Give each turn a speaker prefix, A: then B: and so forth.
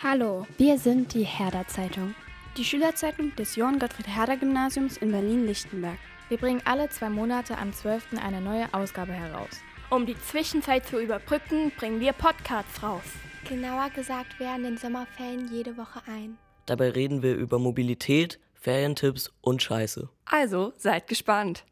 A: Hallo,
B: Wir sind die Herder Zeitung.
A: die Schülerzeitung des Johann Gottfried Herder Gymnasiums in Berlin-Lichtenberg.
C: Wir bringen alle zwei Monate am 12. eine neue Ausgabe heraus.
D: Um die Zwischenzeit zu überbrücken, bringen wir Podcasts raus.
E: Genauer gesagt, wir in den Sommerferien jede Woche ein.
F: Dabei reden wir über Mobilität, Ferientipps und Scheiße.
G: Also seid gespannt.